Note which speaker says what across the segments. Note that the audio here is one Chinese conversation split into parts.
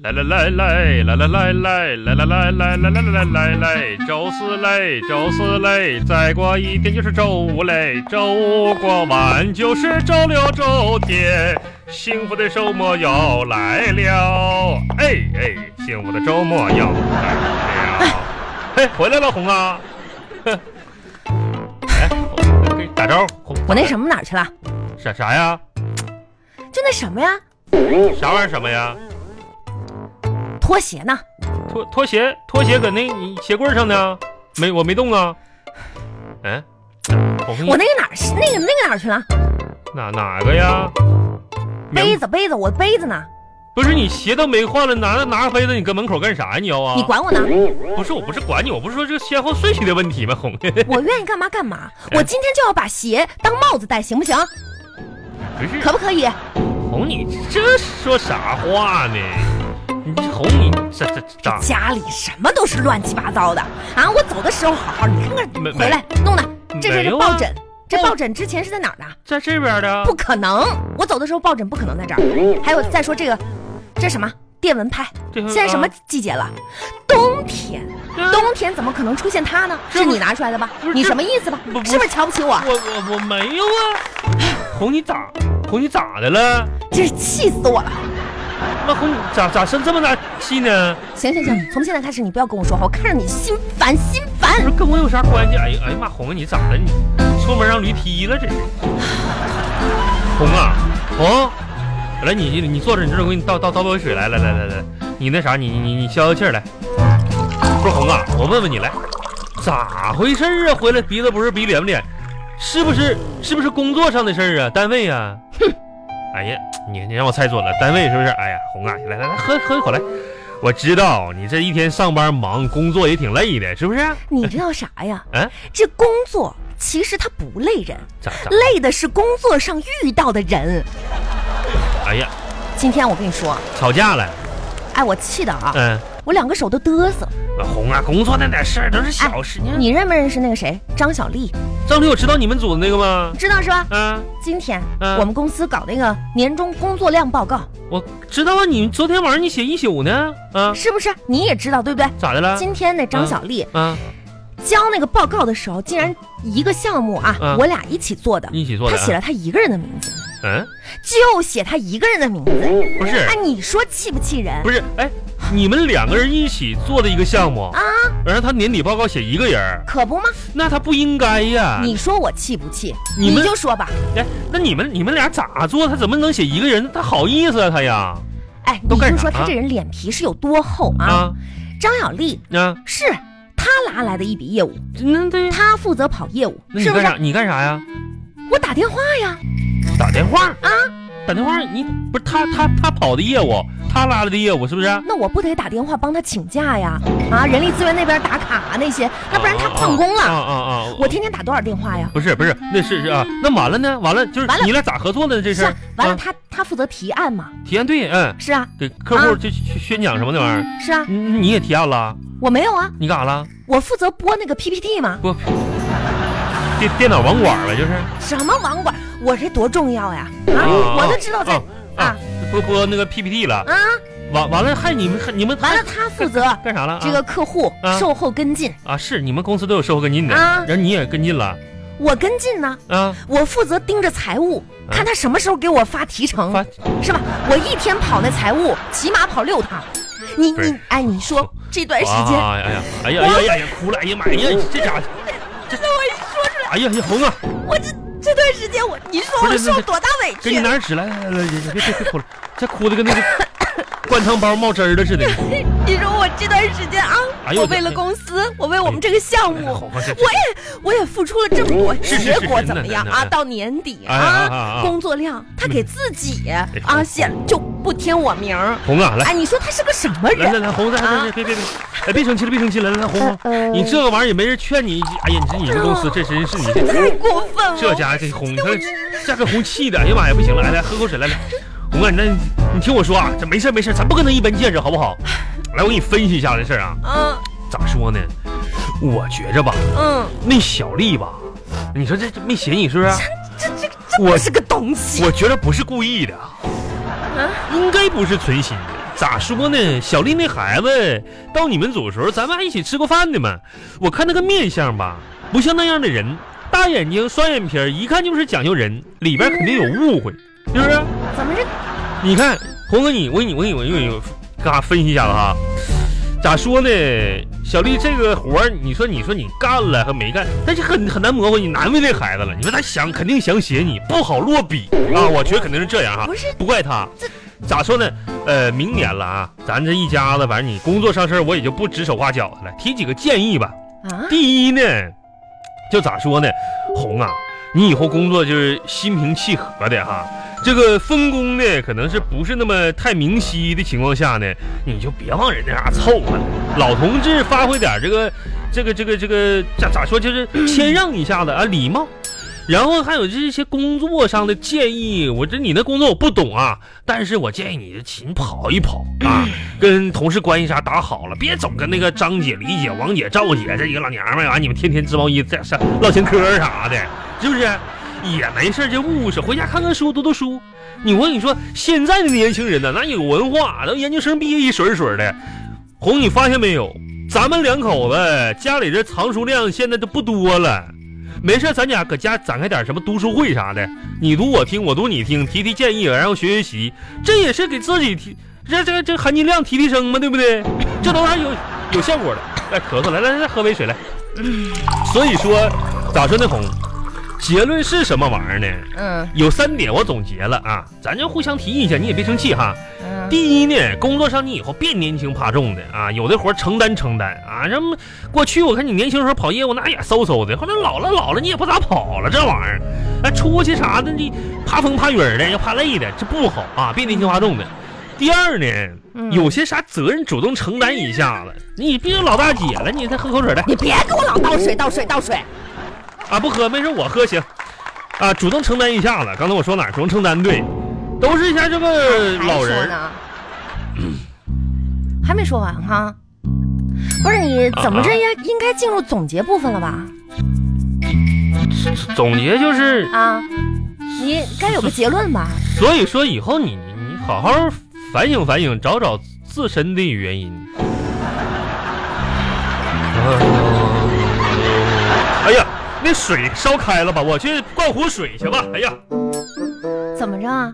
Speaker 1: 来来来来来来来来来来来来来来来来来，周四嘞，周四嘞，再过一天就是周五嘞，周五过完就是周六周天，幸福的周末要来了，哎哎，幸福的周末要来了，哎，回来了红啊，哼哎，我给你打招呼，
Speaker 2: 我那什么哪儿去了？
Speaker 1: 啥啥呀？
Speaker 2: 就那什么呀，
Speaker 1: 啥玩意儿什么呀？
Speaker 2: 拖鞋呢？
Speaker 1: 拖拖鞋，拖鞋搁那你鞋柜上呢，没我没动啊。哎，红衣
Speaker 2: 我那个哪儿是那个那个哪儿去了？
Speaker 1: 哪哪个呀？
Speaker 2: 杯
Speaker 1: 子
Speaker 2: 子杯子，我杯子呢？
Speaker 1: 不是你鞋都没换了，拿拿个杯子你搁门口干啥呀？你要啊？
Speaker 2: 你管我呢？
Speaker 1: 不是我不是管你，我不是说这个先后顺序的问题吗？红， 不
Speaker 2: 我愿意干嘛干嘛。
Speaker 1: 嗯
Speaker 2: 我今天就要把鞋当帽子戴，行不行？
Speaker 1: 是
Speaker 2: 可不可以？
Speaker 1: 红你这说啥话呢？你这红你这这这咋？
Speaker 2: 家里什么都是乱七八糟的啊！我走的时候好好，你看
Speaker 1: 没
Speaker 2: 看
Speaker 1: 没
Speaker 2: 回来弄的，这
Speaker 1: 没
Speaker 2: 是
Speaker 1: 有
Speaker 2: 这
Speaker 1: 啊
Speaker 2: 抱枕，这
Speaker 1: 哦
Speaker 2: 抱枕之前是在哪儿呢？
Speaker 1: 在这边的
Speaker 2: 不可能，我走的时候抱枕不可能在这儿。还有再说这个，这什么电蚊拍？
Speaker 1: 电蚊
Speaker 2: 现在什么
Speaker 1: 啊
Speaker 2: 季节了？冬天，
Speaker 1: 对啊
Speaker 2: 冬天怎么可能出现它呢？
Speaker 1: 这
Speaker 2: 是
Speaker 1: 不
Speaker 2: 你拿出来的吧
Speaker 1: 不？是
Speaker 2: 你
Speaker 1: 这
Speaker 2: 什么意思吧
Speaker 1: 不？不
Speaker 2: 是不是瞧不起我？
Speaker 1: 我我我没有啊。红你咋红你咋的了？
Speaker 2: 真是气死我了！
Speaker 1: 那红你咋咋生这么大气呢？
Speaker 2: 行行
Speaker 1: 嗯
Speaker 2: 行，从现在开始你不要跟我说话，我看着你心烦心烦
Speaker 1: 不。是跟我有啥关系？哎呀，哎呀妈，红啊，你咋的？你出门让驴踢了这是？红啊，红，来你你坐着，你这我给你倒倒倒杯水来，来来来来，你那啥，你你你你消消气儿来。不是红啊，我问问你来，咋回事儿啊？回来鼻子不是鼻脸脸，是不是是不是工作上的事儿啊？单位啊？哼，哎呀，你你让我猜准了，单位是不是？哎呀，红啊，来来来，喝喝一口来。我知道你这一天上班忙，工作也挺累的，是不是？
Speaker 2: 你知道啥呀？
Speaker 1: 嗯
Speaker 2: 这工作其实它不累人，
Speaker 1: 咋咋？
Speaker 2: 累的是工作上遇到的人。
Speaker 1: 哎呀，
Speaker 2: 今天我跟你说，
Speaker 1: 吵架了，
Speaker 2: 哎，我气的啊，
Speaker 1: 嗯，
Speaker 2: 我两个手都嘚瑟。哎
Speaker 1: 红啊，工作那点事儿都是小事。
Speaker 2: 啊你认不认识那个谁张小丽？
Speaker 1: 张丽，我知道你们组的那个吗？
Speaker 2: 知道是吧？
Speaker 1: 啊，
Speaker 2: 今天
Speaker 1: 嗯
Speaker 2: 我们公司搞那个年终工作量报告，
Speaker 1: 我知道啊，你昨天晚上你写一宿呢，啊，
Speaker 2: 是不是？你也知道对不对？
Speaker 1: 咋的了？
Speaker 2: 今天那张小丽
Speaker 1: 啊，
Speaker 2: 交那个报告的时候，竟然一个项目啊，
Speaker 1: 嗯
Speaker 2: 我俩一起做的，
Speaker 1: 一起做
Speaker 2: 她
Speaker 1: 的、
Speaker 2: 写
Speaker 1: 啊。
Speaker 2: 了她一个人的名字，
Speaker 1: 嗯，
Speaker 2: 就写她一个人的名字。
Speaker 1: 不是
Speaker 2: 哎，，你说气不气人？
Speaker 1: 不是，哎，你们两个人一起做的一个项目啊，然后他年底报告写一个人儿，
Speaker 2: 可不吗？
Speaker 1: 那他不应该呀。
Speaker 2: 你说我气不气？
Speaker 1: 啊你
Speaker 2: 你
Speaker 1: 们
Speaker 2: 就说吧。
Speaker 1: 哎，那你们你们俩咋做？他怎么能写一个人？他好意思啊，他呀
Speaker 2: 哎，
Speaker 1: 都
Speaker 2: 你
Speaker 1: 干
Speaker 2: 就
Speaker 1: 啥
Speaker 2: 说她
Speaker 1: 啊
Speaker 2: 这人脸皮是有多厚啊？
Speaker 1: 啊
Speaker 2: 张小丽
Speaker 1: 啊，
Speaker 2: 是她拉来的一笔业务，
Speaker 1: 那对，
Speaker 2: 她负责跑业务，
Speaker 1: 那你
Speaker 2: 是不
Speaker 1: 干
Speaker 2: 是
Speaker 1: 啥？？你干啥呀？
Speaker 2: 我打电话呀，
Speaker 1: 打电话啊，打电话，你不是他他他跑的业务，他拉来的业务是不是？
Speaker 2: 那我不得打电话帮他请假呀？啊，人力资源那边打卡啊那些，那不然他旷工
Speaker 1: 啊
Speaker 2: 了。
Speaker 1: 啊啊！啊
Speaker 2: 我天天打多少电话呀？
Speaker 1: 不是不是，那是是啊，那完了呢？完了就是
Speaker 2: 完了
Speaker 1: 你俩咋合作的呢这
Speaker 2: 是
Speaker 1: 事
Speaker 2: 啊
Speaker 1: 儿？，
Speaker 2: 完了
Speaker 1: 啊，
Speaker 2: 他他负责提案嘛，
Speaker 1: 提案对，嗯，
Speaker 2: 是啊，
Speaker 1: 给客户就去宣讲什么那玩意儿，
Speaker 2: 是啊，
Speaker 1: 你你也提案了？
Speaker 2: 我没有啊，
Speaker 1: 你干啥了？
Speaker 2: 我负责播那个 PPT 嘛，
Speaker 1: 不，电电脑网管呗，就是
Speaker 2: 什么网管，我这多重要呀！啊，
Speaker 1: 啊
Speaker 2: 我都知道在
Speaker 1: 啊啊，播播那个 PPT 了，
Speaker 2: 啊，
Speaker 1: 完完了还你们还你们
Speaker 2: 完
Speaker 1: 还
Speaker 2: 了他负责
Speaker 1: 干啥了啊？
Speaker 2: 这个客户
Speaker 1: 啊
Speaker 2: 售后跟进，
Speaker 1: 啊是你们公司都有售后跟进的，
Speaker 2: 啊嗯
Speaker 1: 然后你也跟进了
Speaker 2: 我跟进呢，
Speaker 1: 啊？
Speaker 2: 我负责盯着财务，
Speaker 1: 啊
Speaker 2: 看他什么时候给我发提成，
Speaker 1: 发
Speaker 2: 是吧？我一天跑那财务，起码跑六趟。你
Speaker 1: 不是
Speaker 2: 你哎，你说这段时间
Speaker 1: 啊哎呀，哎呀，哎呀，哎呀，哭了！哎呀妈呀，这家伙，这
Speaker 2: 那我一说出来，
Speaker 1: 哎呀，哎呀，红啊，
Speaker 2: 我这这段时间我，你说
Speaker 1: 不
Speaker 2: 我
Speaker 1: 是不是
Speaker 2: 受多大委
Speaker 1: 给你
Speaker 2: 屈？啊
Speaker 1: 拿点纸来，来来来，别别别哭了，这哭的跟那个灌汤包冒汁儿的似的。
Speaker 2: 你说我这段时间啊，
Speaker 1: 哎呦
Speaker 2: 我
Speaker 1: 我的
Speaker 2: 为了公司，我为我们这个项目，
Speaker 1: 好好这
Speaker 2: 我也我也付出了这么多，
Speaker 1: 是是是
Speaker 2: 结果
Speaker 1: 是
Speaker 2: 怎么
Speaker 1: 那
Speaker 2: 样
Speaker 1: 那
Speaker 2: 啊？
Speaker 1: 那
Speaker 2: 到年底
Speaker 1: 哎啊啊
Speaker 2: 啊
Speaker 1: 啊，
Speaker 2: 工作量他给自己啊
Speaker 1: 红
Speaker 2: 写就不听我名儿。
Speaker 1: 红啊，来
Speaker 2: 哎，你说他是个什么
Speaker 1: 来来
Speaker 2: 人？
Speaker 1: 来，红，来来来，别别别，哎，别生气了，别生气了，来来，红红，你这个玩意儿也没人劝你，哎呀，你这你们公司这真是你
Speaker 2: 太过分了！
Speaker 1: 这家这红，这这个红气的，哎呀妈呀，不行了，来来喝口水，来来，红啊，那你听我说啊，这没事没事，咱不跟他一般见识，好不好？来，我给你分析一下这事儿啊，
Speaker 2: 嗯
Speaker 1: 咋说呢？我觉着吧，
Speaker 2: 嗯，
Speaker 1: 那小丽吧，你说这这没写你是不是？
Speaker 2: 这这这
Speaker 1: 我
Speaker 2: 不是个东西。啊
Speaker 1: 我觉得不是故意的，应该不是存心的。咋说呢？小丽那孩子到你们组的时候，咱们还一起吃过饭的嘛。我看那个面相吧，不像那样的人，大眼睛、双眼皮儿，一看就是讲究人，里边肯定有误会，是不是？
Speaker 2: 怎么是
Speaker 1: 你看，红哥你，我给你，我给你，我给你，嘎分析一下子哈。咋说呢，小丽这个活儿，你说你说你干了和没干，但是很很难模糊，你难为这孩子了。你说他想肯定想写你，不好落笔啊，我觉得肯定是这样哈，
Speaker 2: 不是
Speaker 1: 不怪他。咋说呢？呃，明年了啊，咱这一家子，反正你工作上事儿，我也就不指手画脚的了，提几个建议吧。
Speaker 2: 啊？
Speaker 1: 第一呢，就咋说呢，红啊，你以后工作就是心平气和的哈。这个分工呢，可能是不是那么太明晰的情况下呢，你就别往人家那凑合了。老同志发挥点这个，这个，这个，这个咋咋说，就是谦让一下子啊，礼貌。然后还有这些工作上的建议，我这你那工作我不懂啊，但是我建议你勤跑一跑啊，跟同事关系啥打好了，别总跟那个张姐、李姐、王姐、赵姐这几个老娘们儿啊，你们天天织毛衣在上唠闲嗑儿啥的，是不是？也没事儿就务实，回家看看书，读读书。你我跟你说，现在的年轻人呢、那有文化，都研究生毕业一水儿水儿的。红，你发现没有？咱们两口子家里这藏书量现在都不多了。没事，咱俩搁家展开点什么读书会啥的，你读我听，我读你听，提提建议，然后学学习，这也是给自己提这这这含金量提提升嘛，对不对？这都还有有效果的。来咳嗽，来来来，喝杯水来。所以说，咋说呢，红？结论是什么玩意儿呢？
Speaker 2: 嗯
Speaker 1: 有三点我总结了啊，咱就互相提意见，你也别生气哈。
Speaker 2: 嗯，
Speaker 1: 第一呢，工作上你以后别年轻怕重的啊，有的活儿承担承担啊。这么过去我看你年轻时候跑业务那也嗖嗖的，后来老了老了你也不咋跑了，这玩意儿，啊出去啥的你怕风怕雨儿的，又怕累的，这不好啊，别年轻怕重的。第二呢，
Speaker 2: 嗯
Speaker 1: 有些啥责任主动承担一下子，你毕竟老大姐了，你再喝口水来
Speaker 2: 你别给我老倒水倒水倒水，
Speaker 1: 啊，不喝没事我喝行，啊，主动承担一下子。刚才我说哪儿？主动承担对，都是一下这个
Speaker 2: 还
Speaker 1: 老
Speaker 2: 说
Speaker 1: 人儿。
Speaker 2: 呢，嗯还没说完哈。不是你
Speaker 1: 啊
Speaker 2: 怎么这应应该进入总结部分了吧？
Speaker 1: 总结就是。
Speaker 2: 啊，你该有个结论吧？
Speaker 1: 所以说以后你你你好好反省反省，找找自身的原因。哎呀，那水烧开了吧？我去灌壶水去吧。哎呀，
Speaker 2: 怎么着啊？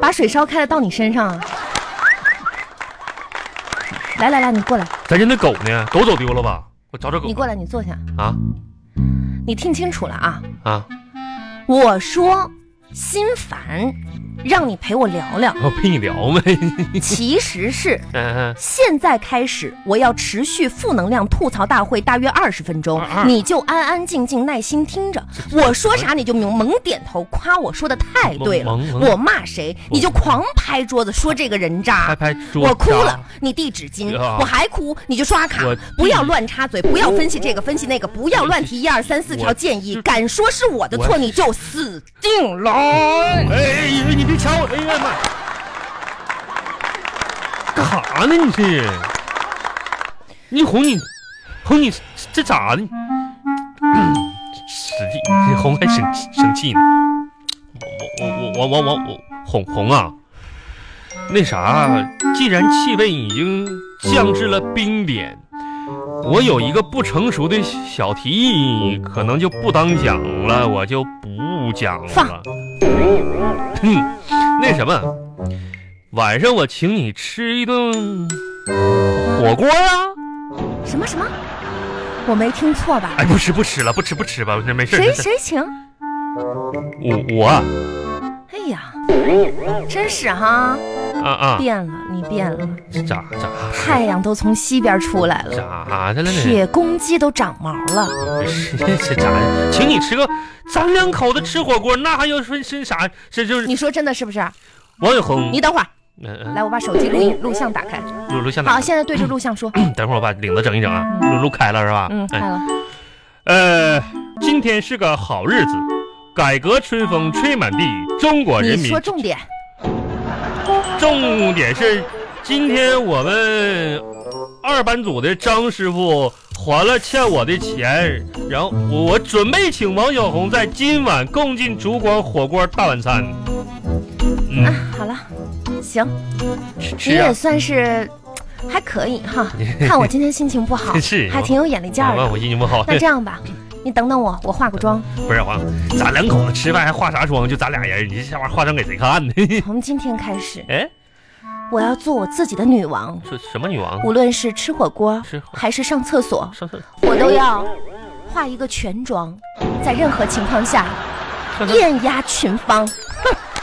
Speaker 2: 把水烧开了到你身上啊？来来来，你过来，
Speaker 1: 咱家那狗呢？狗走丢了吧？我找找狗。
Speaker 2: 你过来，你坐下，
Speaker 1: 啊
Speaker 2: 你听清楚了啊！
Speaker 1: 啊！
Speaker 2: 我说心烦，让你陪我聊 聊，
Speaker 1: 我陪你聊呗。
Speaker 2: 其实是
Speaker 1: 嗯嗯
Speaker 2: 现在开始，我要持续负能量吐槽大会大约二十分钟
Speaker 1: 二，二
Speaker 2: 你就安安静静耐心听着，我说啥你就猛猛点头，夸我说的太对了
Speaker 1: 猛猛，猛
Speaker 2: 我骂谁你就狂拍桌子说这个人
Speaker 1: 拍
Speaker 2: 渣。
Speaker 1: 拍桌子。
Speaker 2: 我哭了，你递纸巾；
Speaker 1: 呀
Speaker 2: 我还哭，你就刷卡
Speaker 1: 我。
Speaker 2: 不要乱插嘴，不要分析这个分析那个，不要乱提一二三四条建议
Speaker 1: 我。
Speaker 2: 敢说是我的
Speaker 1: 我
Speaker 2: 错，你就死定了。
Speaker 1: 哎哎哎，你别抢我！哎呀妈呀！干啥呢你这？你哄你，哄你这咋的？使劲，你哄还生生气呢？我我我我我我哄哄啊！那啥，既然气氛已经降至了冰点，我有一个不成熟的小提议，可能就不当讲了，我就不讲了。
Speaker 2: 放
Speaker 1: 哼，那什么，晚上我请你吃一顿火锅啊！
Speaker 2: 什么什么？我没听错吧？
Speaker 1: 哎，不吃不吃了，不吃不吃吧，那没事儿。
Speaker 2: 谁
Speaker 1: 没事儿
Speaker 2: 谁请？
Speaker 1: 我我啊
Speaker 2: 哎呀，真是哈，
Speaker 1: 啊啊！
Speaker 2: 变了，你变了，
Speaker 1: 咋咋
Speaker 2: 太阳都从西边出来了，
Speaker 1: 咋啊的了呢？
Speaker 2: 铁公鸡都长毛了，
Speaker 1: 这这咋的？请你吃个，咱两口子吃火锅，那还要说是啥？这就是
Speaker 2: 你说真的是不是？
Speaker 1: 王永红。
Speaker 2: 你等会儿，
Speaker 1: 嗯嗯，
Speaker 2: 来，我把手机录音录像打开。
Speaker 1: 录录像
Speaker 2: 好，
Speaker 1: 哪？嗯
Speaker 2: 现在对着录像说，
Speaker 1: 等会儿我把领子整一整啊，录录开了是吧？
Speaker 2: 嗯，
Speaker 1: 哎
Speaker 2: 开了，
Speaker 1: 呃，今天是个好日子，改革春风吹满地，中国人
Speaker 2: 你
Speaker 1: 民
Speaker 2: 说重点，
Speaker 1: 重点是，今天我们二班组的张师傅还了欠我的钱，然后我我准备请王小红在今晚共进烛光火锅大晚餐。嗯，
Speaker 2: 啊，好了，行，
Speaker 1: 吃
Speaker 2: 你
Speaker 1: 啊，
Speaker 2: 也算是还可以哈。看我今天心情不好
Speaker 1: 是
Speaker 2: 还挺有眼力劲儿
Speaker 1: 我
Speaker 2: 的。
Speaker 1: 我心情不好，
Speaker 2: 那这样吧，你等等我，我化个妆。
Speaker 1: 不是黄，咱两口子吃饭还化啥妆？就咱俩人，你这玩意儿化妆给谁看呢？
Speaker 2: 从今天开始，
Speaker 1: 哎，
Speaker 2: 我要做我自己的女王，
Speaker 1: 这什么女王？
Speaker 2: 无论是吃火锅
Speaker 1: 吃火
Speaker 2: 还是上厕所，
Speaker 1: 上厕
Speaker 2: 我都要化一个全妆，在任何情况下
Speaker 1: 上厕，
Speaker 2: 艳压群芳。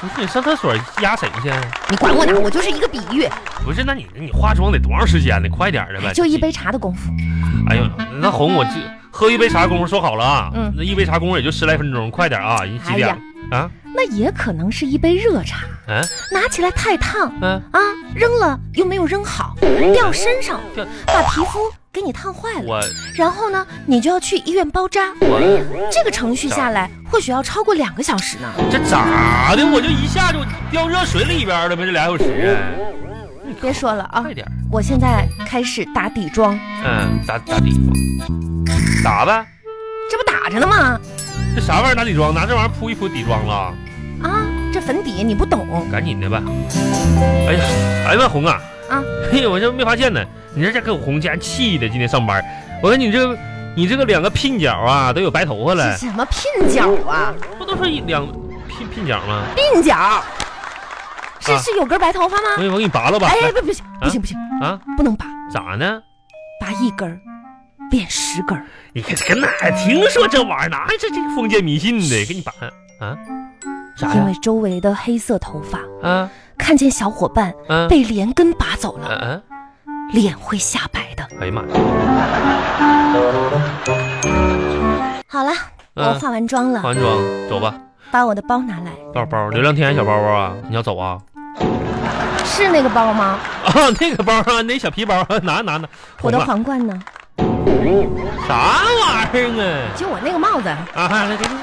Speaker 1: 不是你上厕所压谁去？
Speaker 2: 你管我呢，我就是一个比喻，
Speaker 1: 不是，那你你化妆得多长时间呢？快点儿的呗。
Speaker 2: 就一杯。茶的功夫。
Speaker 1: 哎呦，那红，我这喝一杯茶功夫说好了啊，
Speaker 2: 嗯哎
Speaker 1: 那一杯茶功夫也就十来分钟，快点儿啊，已经几点了？啊，
Speaker 2: 那也可能是一杯热茶，
Speaker 1: 嗯
Speaker 2: 拿起来太烫
Speaker 1: 嗯，
Speaker 2: 啊，扔了又没有扔好，掉身上
Speaker 1: 掉，
Speaker 2: 把皮肤给你烫坏了。
Speaker 1: 我
Speaker 2: 然后呢，你就要去医院包扎。
Speaker 1: 我
Speaker 2: 这个程序下来，或许要超过两个小时呢。
Speaker 1: 这咋的？我就一下就掉热水里边了呗，这俩小时，
Speaker 2: 别说了啊
Speaker 1: 快，点儿，
Speaker 2: 我现在开始打底妆，
Speaker 1: 嗯，打打底妆，打呗。
Speaker 2: 这不打着呢吗？
Speaker 1: 这啥玩意儿打底妆？拿这玩意儿铺一铺底妆了，
Speaker 2: 啊，这粉底你不懂，
Speaker 1: 赶紧的吧。哎呀，哎呀妈，红啊！
Speaker 2: 啊，
Speaker 1: 嘿，我这没发现呢。你这家给我红家气的，今天上班，我看你这，你这个两个鬓角啊都有白头发
Speaker 2: 这
Speaker 1: 了，
Speaker 2: 什么鬓角啊？
Speaker 1: 不都是一两鬓鬓角吗？
Speaker 2: 鬓角，是
Speaker 1: 啊
Speaker 2: 是有根白头发
Speaker 1: 我
Speaker 2: 吗？
Speaker 1: 给我给你拔了吧。
Speaker 2: 哎，不不行不行不行，
Speaker 1: 来啊，
Speaker 2: 不能拔，
Speaker 1: 咋呢？
Speaker 2: 拔一根儿变十根儿。
Speaker 1: 你看搁哪儿听说这玩意儿呢？哎，这这封建迷信的，给你拔啊？啥
Speaker 2: 因
Speaker 1: 呀
Speaker 2: 为？周围的黑色头发，
Speaker 1: 啊
Speaker 2: 看见小伙伴
Speaker 1: 啊
Speaker 2: 被连根拔走
Speaker 1: 啊
Speaker 2: 了，
Speaker 1: 啊！
Speaker 2: 脸会吓白的。
Speaker 1: 哎呀妈呀！
Speaker 2: 好了，我
Speaker 1: 嗯
Speaker 2: 化完妆
Speaker 1: 化
Speaker 2: 了，
Speaker 1: 完妆走吧，
Speaker 2: 把我的包拿来，
Speaker 1: 包包，流量天涯小包包啊！你要走啊？
Speaker 2: 是那个包吗？
Speaker 1: 啊， 那个包啊，那小皮包啊，拿拿拿，
Speaker 2: 我的
Speaker 1: 红啊
Speaker 2: 皇冠呢？
Speaker 1: 啥玩意儿
Speaker 2: 就我那个帽子，
Speaker 1: 啊？啊，来给你，